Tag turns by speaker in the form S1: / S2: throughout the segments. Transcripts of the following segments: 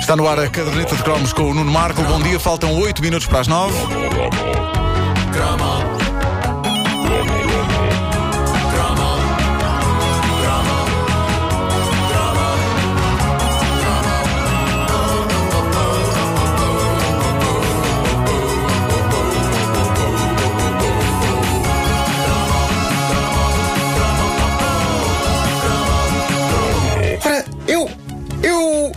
S1: Está no ar a caderneta de cromos com o Nuno Marco. Bom dia, faltam 8 minutos para as 9.
S2: Ora, eu. Eu.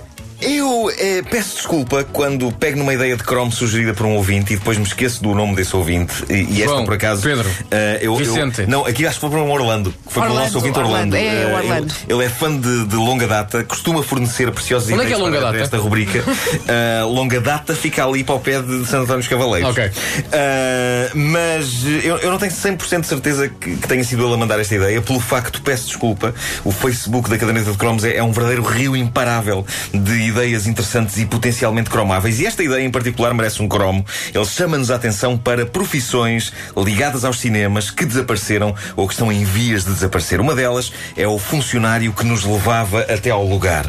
S2: Eu eh, peço desculpa quando pego numa ideia de Chrome sugerida por um ouvinte e depois me esqueço do nome desse ouvinte. E, e esta,
S3: João,
S2: por acaso.
S3: Pedro,
S2: eh, eu, eu-
S3: Vicente.
S2: não, aqui acho que foi para um Orlando. que Foi para o
S4: Orlando,
S2: nosso ouvinte Orlando.
S4: Orlando. É,
S2: Eh,
S4: o
S2: ele-
S4: Orlando.
S2: Ele, é fã de, de longa data, costuma fornecer preciosos
S3: Onde é que é
S2: ideias
S3: longa
S2: para,
S3: data?
S2: esta rubrica. Eh, longa data fica ali para o pé de Santo António dos Cavaleiros.
S3: Ok.
S2: Uh, mas eh, eu, eu não tenho 100% de certeza que, que tenha sido ele a mandar esta ideia. Pelo facto, peço desculpa, o Facebook da caderneta de cromos é, é um verdadeiro rio imparável de ideias interessantes e potencialmente cromáveis. E esta ideia em particular merece um cromo. Ele chama-nos a atenção para profissões ligadas aos cinemas que desapareceram ou que estão em vias de desaparecer. Uma delas é o funcionário que nos levava até ao lugar.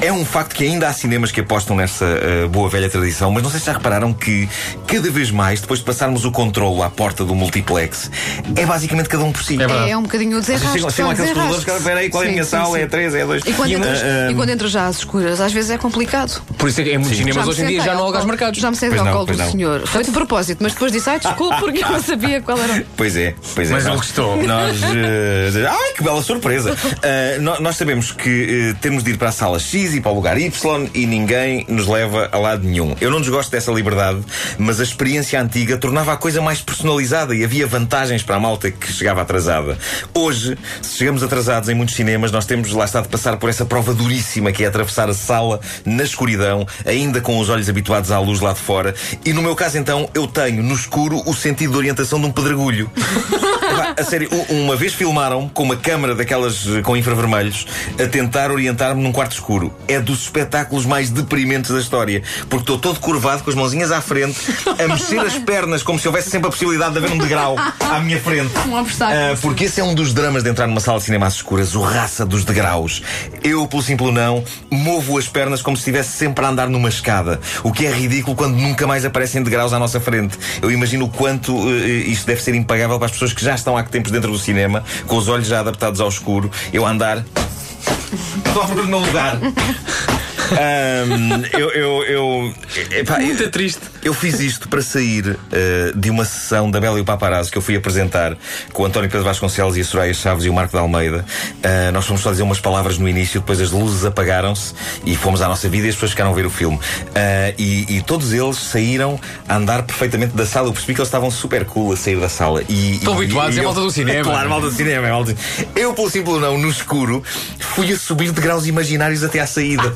S2: É um facto que ainda há cinemas que apostam nessa eh, boa velha tradição, mas não sei se já repararam que cada vez mais, depois de passarmos o controle à porta do multiplex, é basicamente cada um por si.
S3: É verdade.
S4: É, um bocadinho o
S2: Vocês chegam,
S4: desenrasque.
S2: chegam
S4: é um
S2: aqueles corredores,
S4: desenrasque.
S2: cara, peraí, qual é a
S4: Sim,
S2: minha
S4: sim,
S2: sala?
S4: sim.
S2: É três, é dois.
S4: E quando, entras,
S2: Ah,
S4: e quando entras já às escuras, às vezes é complicado.
S3: Por isso é que é muitos cinemas
S4: me
S3: hoje em dia
S4: sentei
S3: já não há
S4: ao
S3: lugares
S4: colo-
S3: marcados.
S4: Já me sentei
S2: Pois
S4: ao
S2: não,
S4: colo do
S2: pois não.
S4: senhor. Foi de propósito, mas depois disse, ai, desculpe, porque eu não sabia qual era. o-".
S2: Pois é, pois é.
S3: Mas
S2: Nós-
S3: ele gostou.
S2: Nós. eh, ai, que bela surpresa! Ah, nó- nós sabemos que eh, temos de ir para a sala X e para o lugar Y e ninguém nos leva a lado nenhum. Eu não desgosto dessa liberdade, mas a experiência antiga tornava a coisa mais personalizada e havia vantagens para a malta que chegava atrasada. Hoje, se chegamos atrasados em muitos cinemas, nós temos lá está de passar por essa prova duríssima que é atravessar a sala na escuridão, ainda com os olhos habituados à luz lá de fora. E no meu caso, então, eu tenho no escuro o sentido de orientação de um pedregulho. Epá, A sério, u- uma vez filmaram-me com uma câmara daquelas eh, com infravermelhos a tentar orientar-me num quarto escuro. É dos espetáculos mais deprimentes da história, porque estou todo curvado com as mãozinhas à frente, a mexer as pernas como se houvesse sempre a possibilidade de haver um degrau à minha frente.
S4: Um obstáculo.
S2: Ah, porque esse é um dos dramas de entrar numa sala de cinema às escuras, o raça dos degraus. Eu, pelo simples não, movo as pernas como se estivesse sempre a andar numa escada. O que é ridículo quando nunca mais aparecem degraus à nossa frente. Eu imagino o quanto eh, isto deve ser impagável para as pessoas que já estão há que tempos dentro do cinema, com os olhos já adaptados ao escuro, eu a andar. Dobro no lugar. Ahm, eu. eu, eu epá, eu-
S3: Muito é triste.
S2: eu fiz isto para sair eh, de uma sessão da Bela e o Paparazzo que eu fui apresentar com o António Pedro Vasconcelos e a Soraya Chaves e o Marco de Almeida. Eh, nós fomos só dizer umas palavras no início, depois as luzes apagaram-se e fomos à nossa vida e as pessoas ficaram a ver o filme. Eh, e, e todos eles saíram a andar perfeitamente da sala. Eu percebi que eles estavam super cool a sair da sala. E,
S3: Estão
S2: e-
S3: habituados,
S2: e
S3: é
S2: eu-
S3: malta do cinema.
S2: claro, malta do cinema. é malta- Eu, pelo simples não, no escuro, fui a subir de graus imaginários até à saída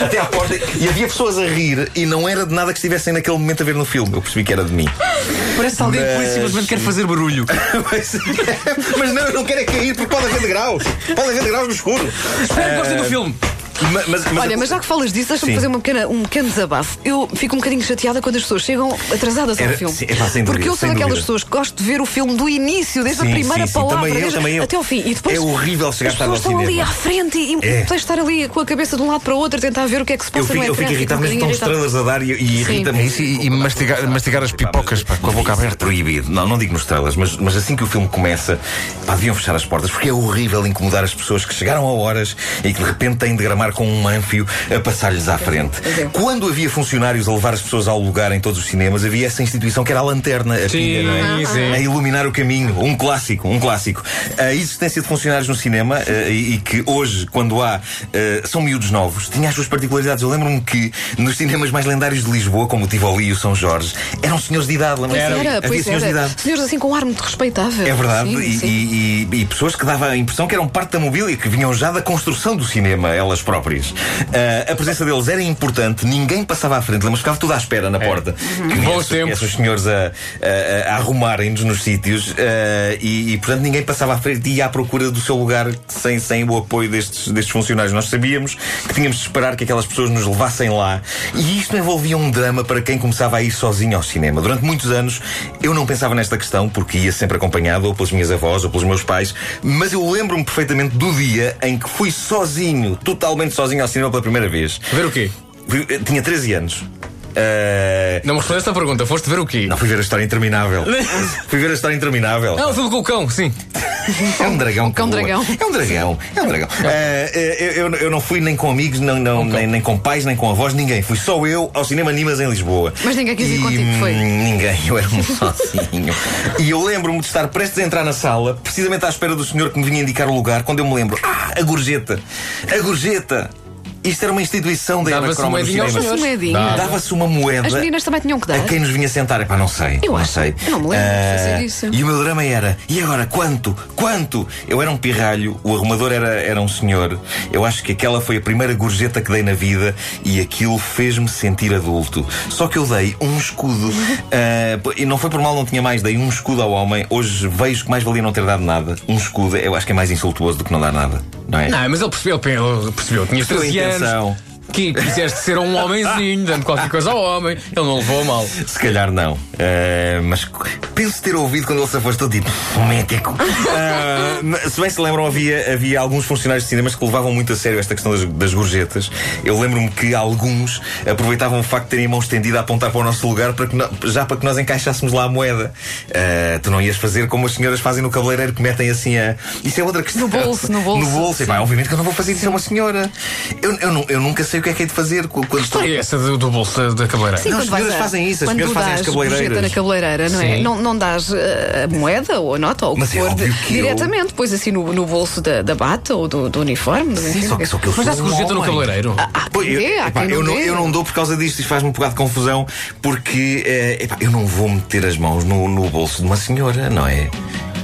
S2: até à porta e havia pessoas a rir e não era de nada que estivessem naquele momento a ver no filme. Eu percebi que era de mim.
S3: Parece alguém que simplesmente quer fazer barulho.
S2: mas, mas não, eu não quero é cair porque pode haver degraus. Pode haver degraus no escuro.
S3: Espero que gostem do filme.
S2: Mas, mas- mas-
S4: Olha, mas já que falas disso, deixa-me
S2: Sim.
S4: fazer uma pequena, um pequeno desabafo. Eu fico um bocadinho chateada quando as pessoas chegam atrasadas ao
S2: Era-
S4: filme.
S2: sim, epá, sem dúvida,
S4: Porque eu
S2: sem
S4: sou daquelas
S2: dúvida.
S4: pessoas que gosto de ver o filme do início, desde
S2: Sim,
S4: a primeira
S2: sim, sim.
S4: palavra
S2: Também eu,
S4: desde-
S2: também eu.
S4: até ao fim. E depois
S2: É horrível chegar
S4: as
S2: tarde ao
S4: pessoas estão ali
S2: cinema.
S4: à frente
S2: É.
S4: e e tens de estar ali com a cabeça de um lado para o outro, tentar ver o que é que se
S2: eu
S4: passa
S2: fico,
S4: no
S2: eu
S4: ecrã.
S2: fico irritado,
S4: um
S2: mas estão
S4: bocadinho irritada.
S2: estrelas a dar e, e irrita-me.
S1: É isso, e, e mastigar, mastigar as pipocas pá, com a boca aberta.
S2: Proibido. Não, não digo nos trailers, mas, mas assim que o filme começa, pá, deviam fechar as portas, porque é horrível incomodar as pessoas que chegaram a horas e que de repente têm de gramar com um ânfio a passar-lhes à frente.
S4: Pois é.
S2: Quando havia funcionários a levar as pessoas ao lugar em todos os cinemas, havia essa instituição que era a lanterna, a
S3: Sim,
S2: pilha, não é?
S3: sim.
S2: A iluminar o caminho. Um clássico, um clássico. A existência de funcionários no cinema eh, e e que hoje, quando há, eh, são miúdos novos, tinha as suas particularidades. Eu lembro-me que nos cinemas mais lendários de Lisboa, como o Tivoli e o São Jorge, eram senhores de idade, lembra
S4: Pois era,
S2: havia
S4: pois
S2: senhores de
S4: era.
S2: idade.
S4: Senhores assim com um ar muito respeitável.
S2: É verdade,
S4: Sim,
S2: e,
S4: sim.
S2: e- e- e pessoas que dava a impressão que eram parte da mobília, que vinham já da construção do cinema, elas próprias. Ah, a presença deles era importante, ninguém passava à frente, mas ficava tudo à espera na porta. Que vinham
S3: Bons
S2: esses-
S3: tempos.
S2: Esses senhores a, a- a arrumarem-nos nos sítios, ah, e, e, portanto ninguém passava à frente e ia à procura do seu lugar sem, sem o apoio destes, destes funcionários. Nós sabíamos que tínhamos de esperar que aquelas pessoas nos levassem lá, e isto envolvia um drama para quem começava a ir sozinho ao cinema. Durante muitos anos eu não pensava nesta questão, porque ia sempre acompanhado ou pelas minhas avós ou pelos meus pais, mas eu lembro-me perfeitamente do dia em que fui sozinho, totalmente adolescente sozinho ao cinema pela primeira vez.
S3: Ver o quê?
S2: Eu Tinha 13 anos. Ah,
S3: Não me respondeste a pergunta. Foste ver o quê?
S2: não, fui ver a história interminável. fui ver a história interminável.
S3: Ah, o filme com o cão, sim.
S2: É um dragão.
S4: cão
S2: que voa.
S4: dragão.
S2: É um dragão. É um dragão. Eh, eh, eu, eu não fui nem com amigos, não, não,
S4: Um
S2: nem, nem com pais, nem com avós, ninguém. Fui só eu ao cinema Nimas em Lisboa.
S4: Mas ninguém quis ir
S2: E,
S4: contigo, foi?
S2: hum, Ninguém, eu era um sozinho. e eu lembro-me de estar prestes a entrar na sala, precisamente à espera do senhor que me vinha indicar o lugar, quando eu me lembro, ah, a gorjeta. A gorjeta. Isto era uma instituição da
S3: Dava-se
S2: Anacroma
S3: uma
S2: dos
S3: moedinha aos
S2: cinemas.
S4: Dava-se uma moedinha.
S3: Dá.
S2: Dava-se uma moeda.
S4: As meninas também tinham que dar.
S2: A quem nos vinha sentar, epá, não sei.
S4: Eu
S2: não
S4: acho.
S2: sei.
S4: Eu não me lembro de
S2: Ah,
S4: fazer isso.
S2: E o meu drama era, e agora quanto? Quanto? Eu era um pirralho, o arrumador era, era um senhor. Eu acho que aquela foi a primeira gorjeta que dei na vida e aquilo fez-me sentir adulto. Só que eu dei um escudo. Ah, e não foi por mal, não tinha mais, dei um escudo ao homem. Hoje vejo que mais valia não ter dado nada. Um escudo, eu acho que é mais insultuoso do que não dar nada, não é?
S3: Não, mas ele percebeu, ele percebeu. Tinhas
S2: Sua
S3: 13
S2: intenção.
S3: anos. Que quiseste ser um homenzinho, dando qualquer coisa ao homem. Ele não levou a mal.
S2: Se calhar não. Eh, mas c- penso ter ouvido quando ele se afastou, tipo, fomético. Eh, mas, se bem se lembram, havia, havia alguns funcionários de cinemas que levavam muito a sério esta questão das, das gorjetas. Eu lembro-me que alguns aproveitavam o facto de terem a mão estendida a apontar para o nosso lugar para que no- já para que nós encaixássemos lá a moeda. Eh, tu não ias fazer como as senhoras fazem no cabeleireiro que metem assim a. Isso é outra questão.
S4: No bolso, no bolso.
S2: No bolso. Epá, obviamente que eu não vou fazer isso a uma senhora. Eu, eu, nu- eu nunca sei o que é que é de fazer cu- quando estou.
S3: E essa do, do bolso da cabeleira.
S4: Sim,
S2: Não, as
S4: quando vais
S2: senhoras
S4: a-
S2: fazem isso, as
S4: quando
S2: senhoras
S4: tu
S2: fazem as
S4: dás gorjeta na
S2: cabeleireiras.
S4: cabeleireira, não é?
S3: Sim.
S4: Não, não dás eh, a moeda ou a nota ou o
S2: Mas
S4: que
S2: é
S4: for,
S2: óbvio que eu-
S4: diretamente, pois assim no, no bolso da, da bata ou do, do uniforme. do-
S2: Sim, só que, só que eu
S3: Mas
S2: sou
S3: dá-se
S2: um
S3: gorjeta no
S2: homem.
S3: cabeleireiro.
S4: Ah,
S2: Pô, eu,
S4: quem dê, há
S2: epá,
S4: quem
S2: eu, não,
S4: dê.
S2: eu não dou por causa disto, isto faz-me um bocado de confusão, porque eh, epá, eu não vou meter as mãos no, no bolso de uma senhora, não é?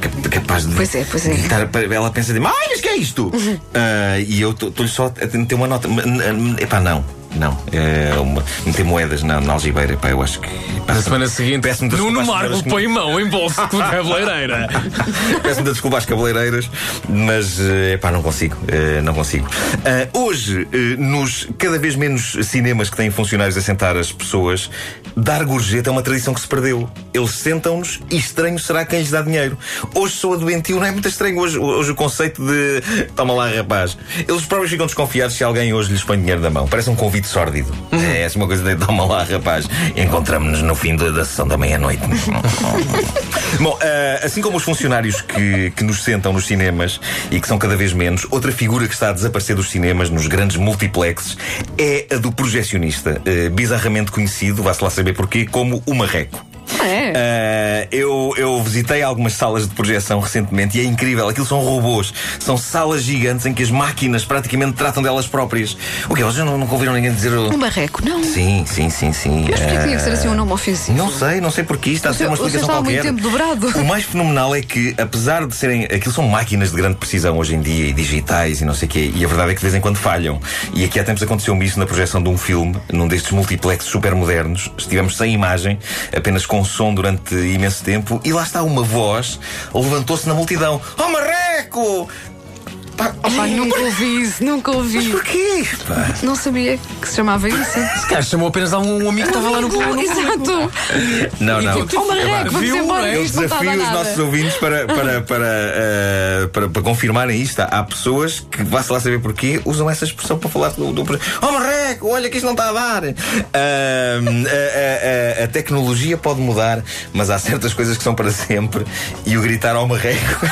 S2: Cap- Capaz de.
S4: Pois é, pois é.
S2: de estar- ela pensa de ai, mas que é isto? Ah, e eu tô- estou-lhe só a meter uma nota. Mas, n- n- Epá, não. Não, é uma- meter moedas na, na algibeira, epá, eu acho que.
S3: Na semana seguinte,
S2: peço-me desculpa
S3: Nuno
S2: às senhoras
S3: Marco
S2: que-
S3: põe mão em bolso de cabeleireira.
S2: Peço muita desculpa às cabeleireiras, mas é pá, não consigo. eh, não consigo. Ah, hoje, eh, nos cada vez menos cinemas que têm funcionários a sentar as pessoas, dar gorjeta é uma tradição que se perdeu. Eles sentam-nos e estranho será quem lhes dá dinheiro. Hoje sou a doentio, não é muito estranho. Hoje, hoje o conceito de toma lá, rapaz. Eles próprios ficam desconfiados se alguém hoje lhes põe dinheiro na mão. Parece um convite sórdido. É assim uma coisa de toma lá, rapaz. Encontramos-nos no fim da da sessão da meia-noite. Bom, ah, assim como os funcionários que, que nos sentam nos cinemas e que são cada vez menos, outra figura que está a desaparecer dos cinemas, nos grandes multiplexes, é a do projecionista, eh, bizarramente conhecido, vá-se lá saber porquê, como o Marreco.
S4: Ah, é?
S2: Ah, eu, eu visitei algumas salas de projeção recentemente e é incrível. Aquilo são robôs. São salas gigantes em que as máquinas praticamente tratam delas próprias. O que Vocês não, nunca ouviram ninguém dizer. o-
S4: Um barreco, não.
S2: Ah. Sim, sim, sim, sim.
S4: Mas porquê
S2: Ah,
S4: tinha que ser assim um nome ofensivo?
S2: não sei, não sei porquê. Isto está a
S4: Você-
S2: ser uma
S4: você
S2: explicação
S4: está há muito
S2: qualquer.
S4: tempo dobrado.
S2: O mais fenomenal é que, apesar de serem. Aquilo são máquinas de grande precisão hoje em dia e digitais e não sei o quê. E a verdade é que de vez em quando falham. E aqui há tempos aconteceu-me isso na projeção de um filme, num destes multiplexos super modernos. Estivemos sem imagem, apenas com som durante imenso tempo. E lá está uma voz, levantou-se na multidão: Oh, Marreco! Pá, oh,
S4: Pá, nunca ouvi isso, nunca
S2: mas
S4: ouvi.
S2: porquê? Pá.
S4: Não sabia que se chamava isso.
S3: Esse cara chamou apenas a um amigo que estava lá no no-
S4: Exato.
S2: Não,
S3: E
S2: não.
S3: tu- tu-
S4: Oh, Marreco, vamos
S3: Viu,
S4: embora,
S3: não é?
S2: Eu
S4: isto não está a
S2: desafio
S4: dar
S2: os
S4: nada.
S2: nossos ouvintes para, para, para, eh, para, para confirmarem isto. Há pessoas que, vá-se lá saber porquê, usam essa expressão para falar do. do oh, Marreco, olha que isto não está a dar! Ahm, a, a- a- a tecnologia pode mudar, mas há certas coisas que são para sempre e o gritar ao Marreco.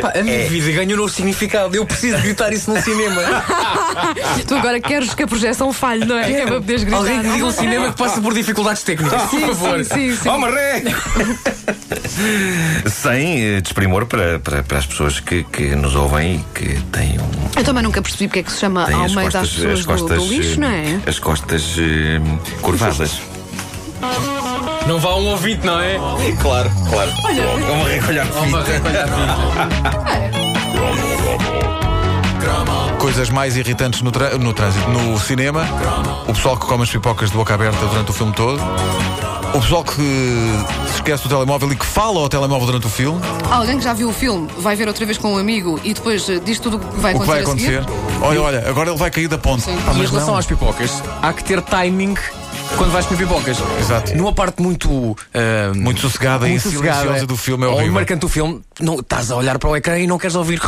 S3: Pá, a
S1: É.
S3: minha vida ganhou um novo significado. Eu preciso gritar isso no cinema.
S4: Tu agora queres que a projeção falhe, não é? Que é para poderes gritar.
S3: Alguém que diga um
S4: Oh,
S3: cinema que passa por dificuldades técnicas, por favor.
S4: Sim, sim, sim.
S2: Oh, Marreco! Sem eh, desprimor para, para, para as pessoas que, que nos ouvem e que têm um
S4: Eu também nunca percebi porque é que se chama
S2: Tem
S4: ao
S2: as
S4: meio das
S2: costas,
S4: pessoas
S2: as costas,
S4: do, do lixo,
S2: eh,
S4: não é?
S2: As costas eh, curvadas.
S3: Não vá um ouvinte, não é?
S1: Ah,
S2: claro, claro. Vamos recolher
S3: Uma recolha
S1: Coisas mais irritantes no, tra- no trânsito, no cinema, o pessoal que come as pipocas de boca aberta durante o filme todo, o pessoal que se esquece do telemóvel e que fala ao telemóvel durante o filme,
S4: Alguém que já viu o filme vai ver outra vez com um amigo e depois eh, diz tudo o que vai
S1: o que
S4: acontecer.
S1: vai
S4: a
S1: acontecer.
S4: seguir?
S1: Olha, olha, agora ele vai cair da ponte.
S4: Sim.
S1: Pá,
S3: E em
S1: mas
S3: relação
S1: não.
S3: às pipocas, há que ter timing quando vais comer pipocas.
S1: Exato.
S3: Numa parte muito. ah,
S1: Muito sossegada e silenciosa do filme, é
S3: Ou
S1: horrível.
S3: marcante do filme, não, estás a olhar para o ecrã e não queres ouvir.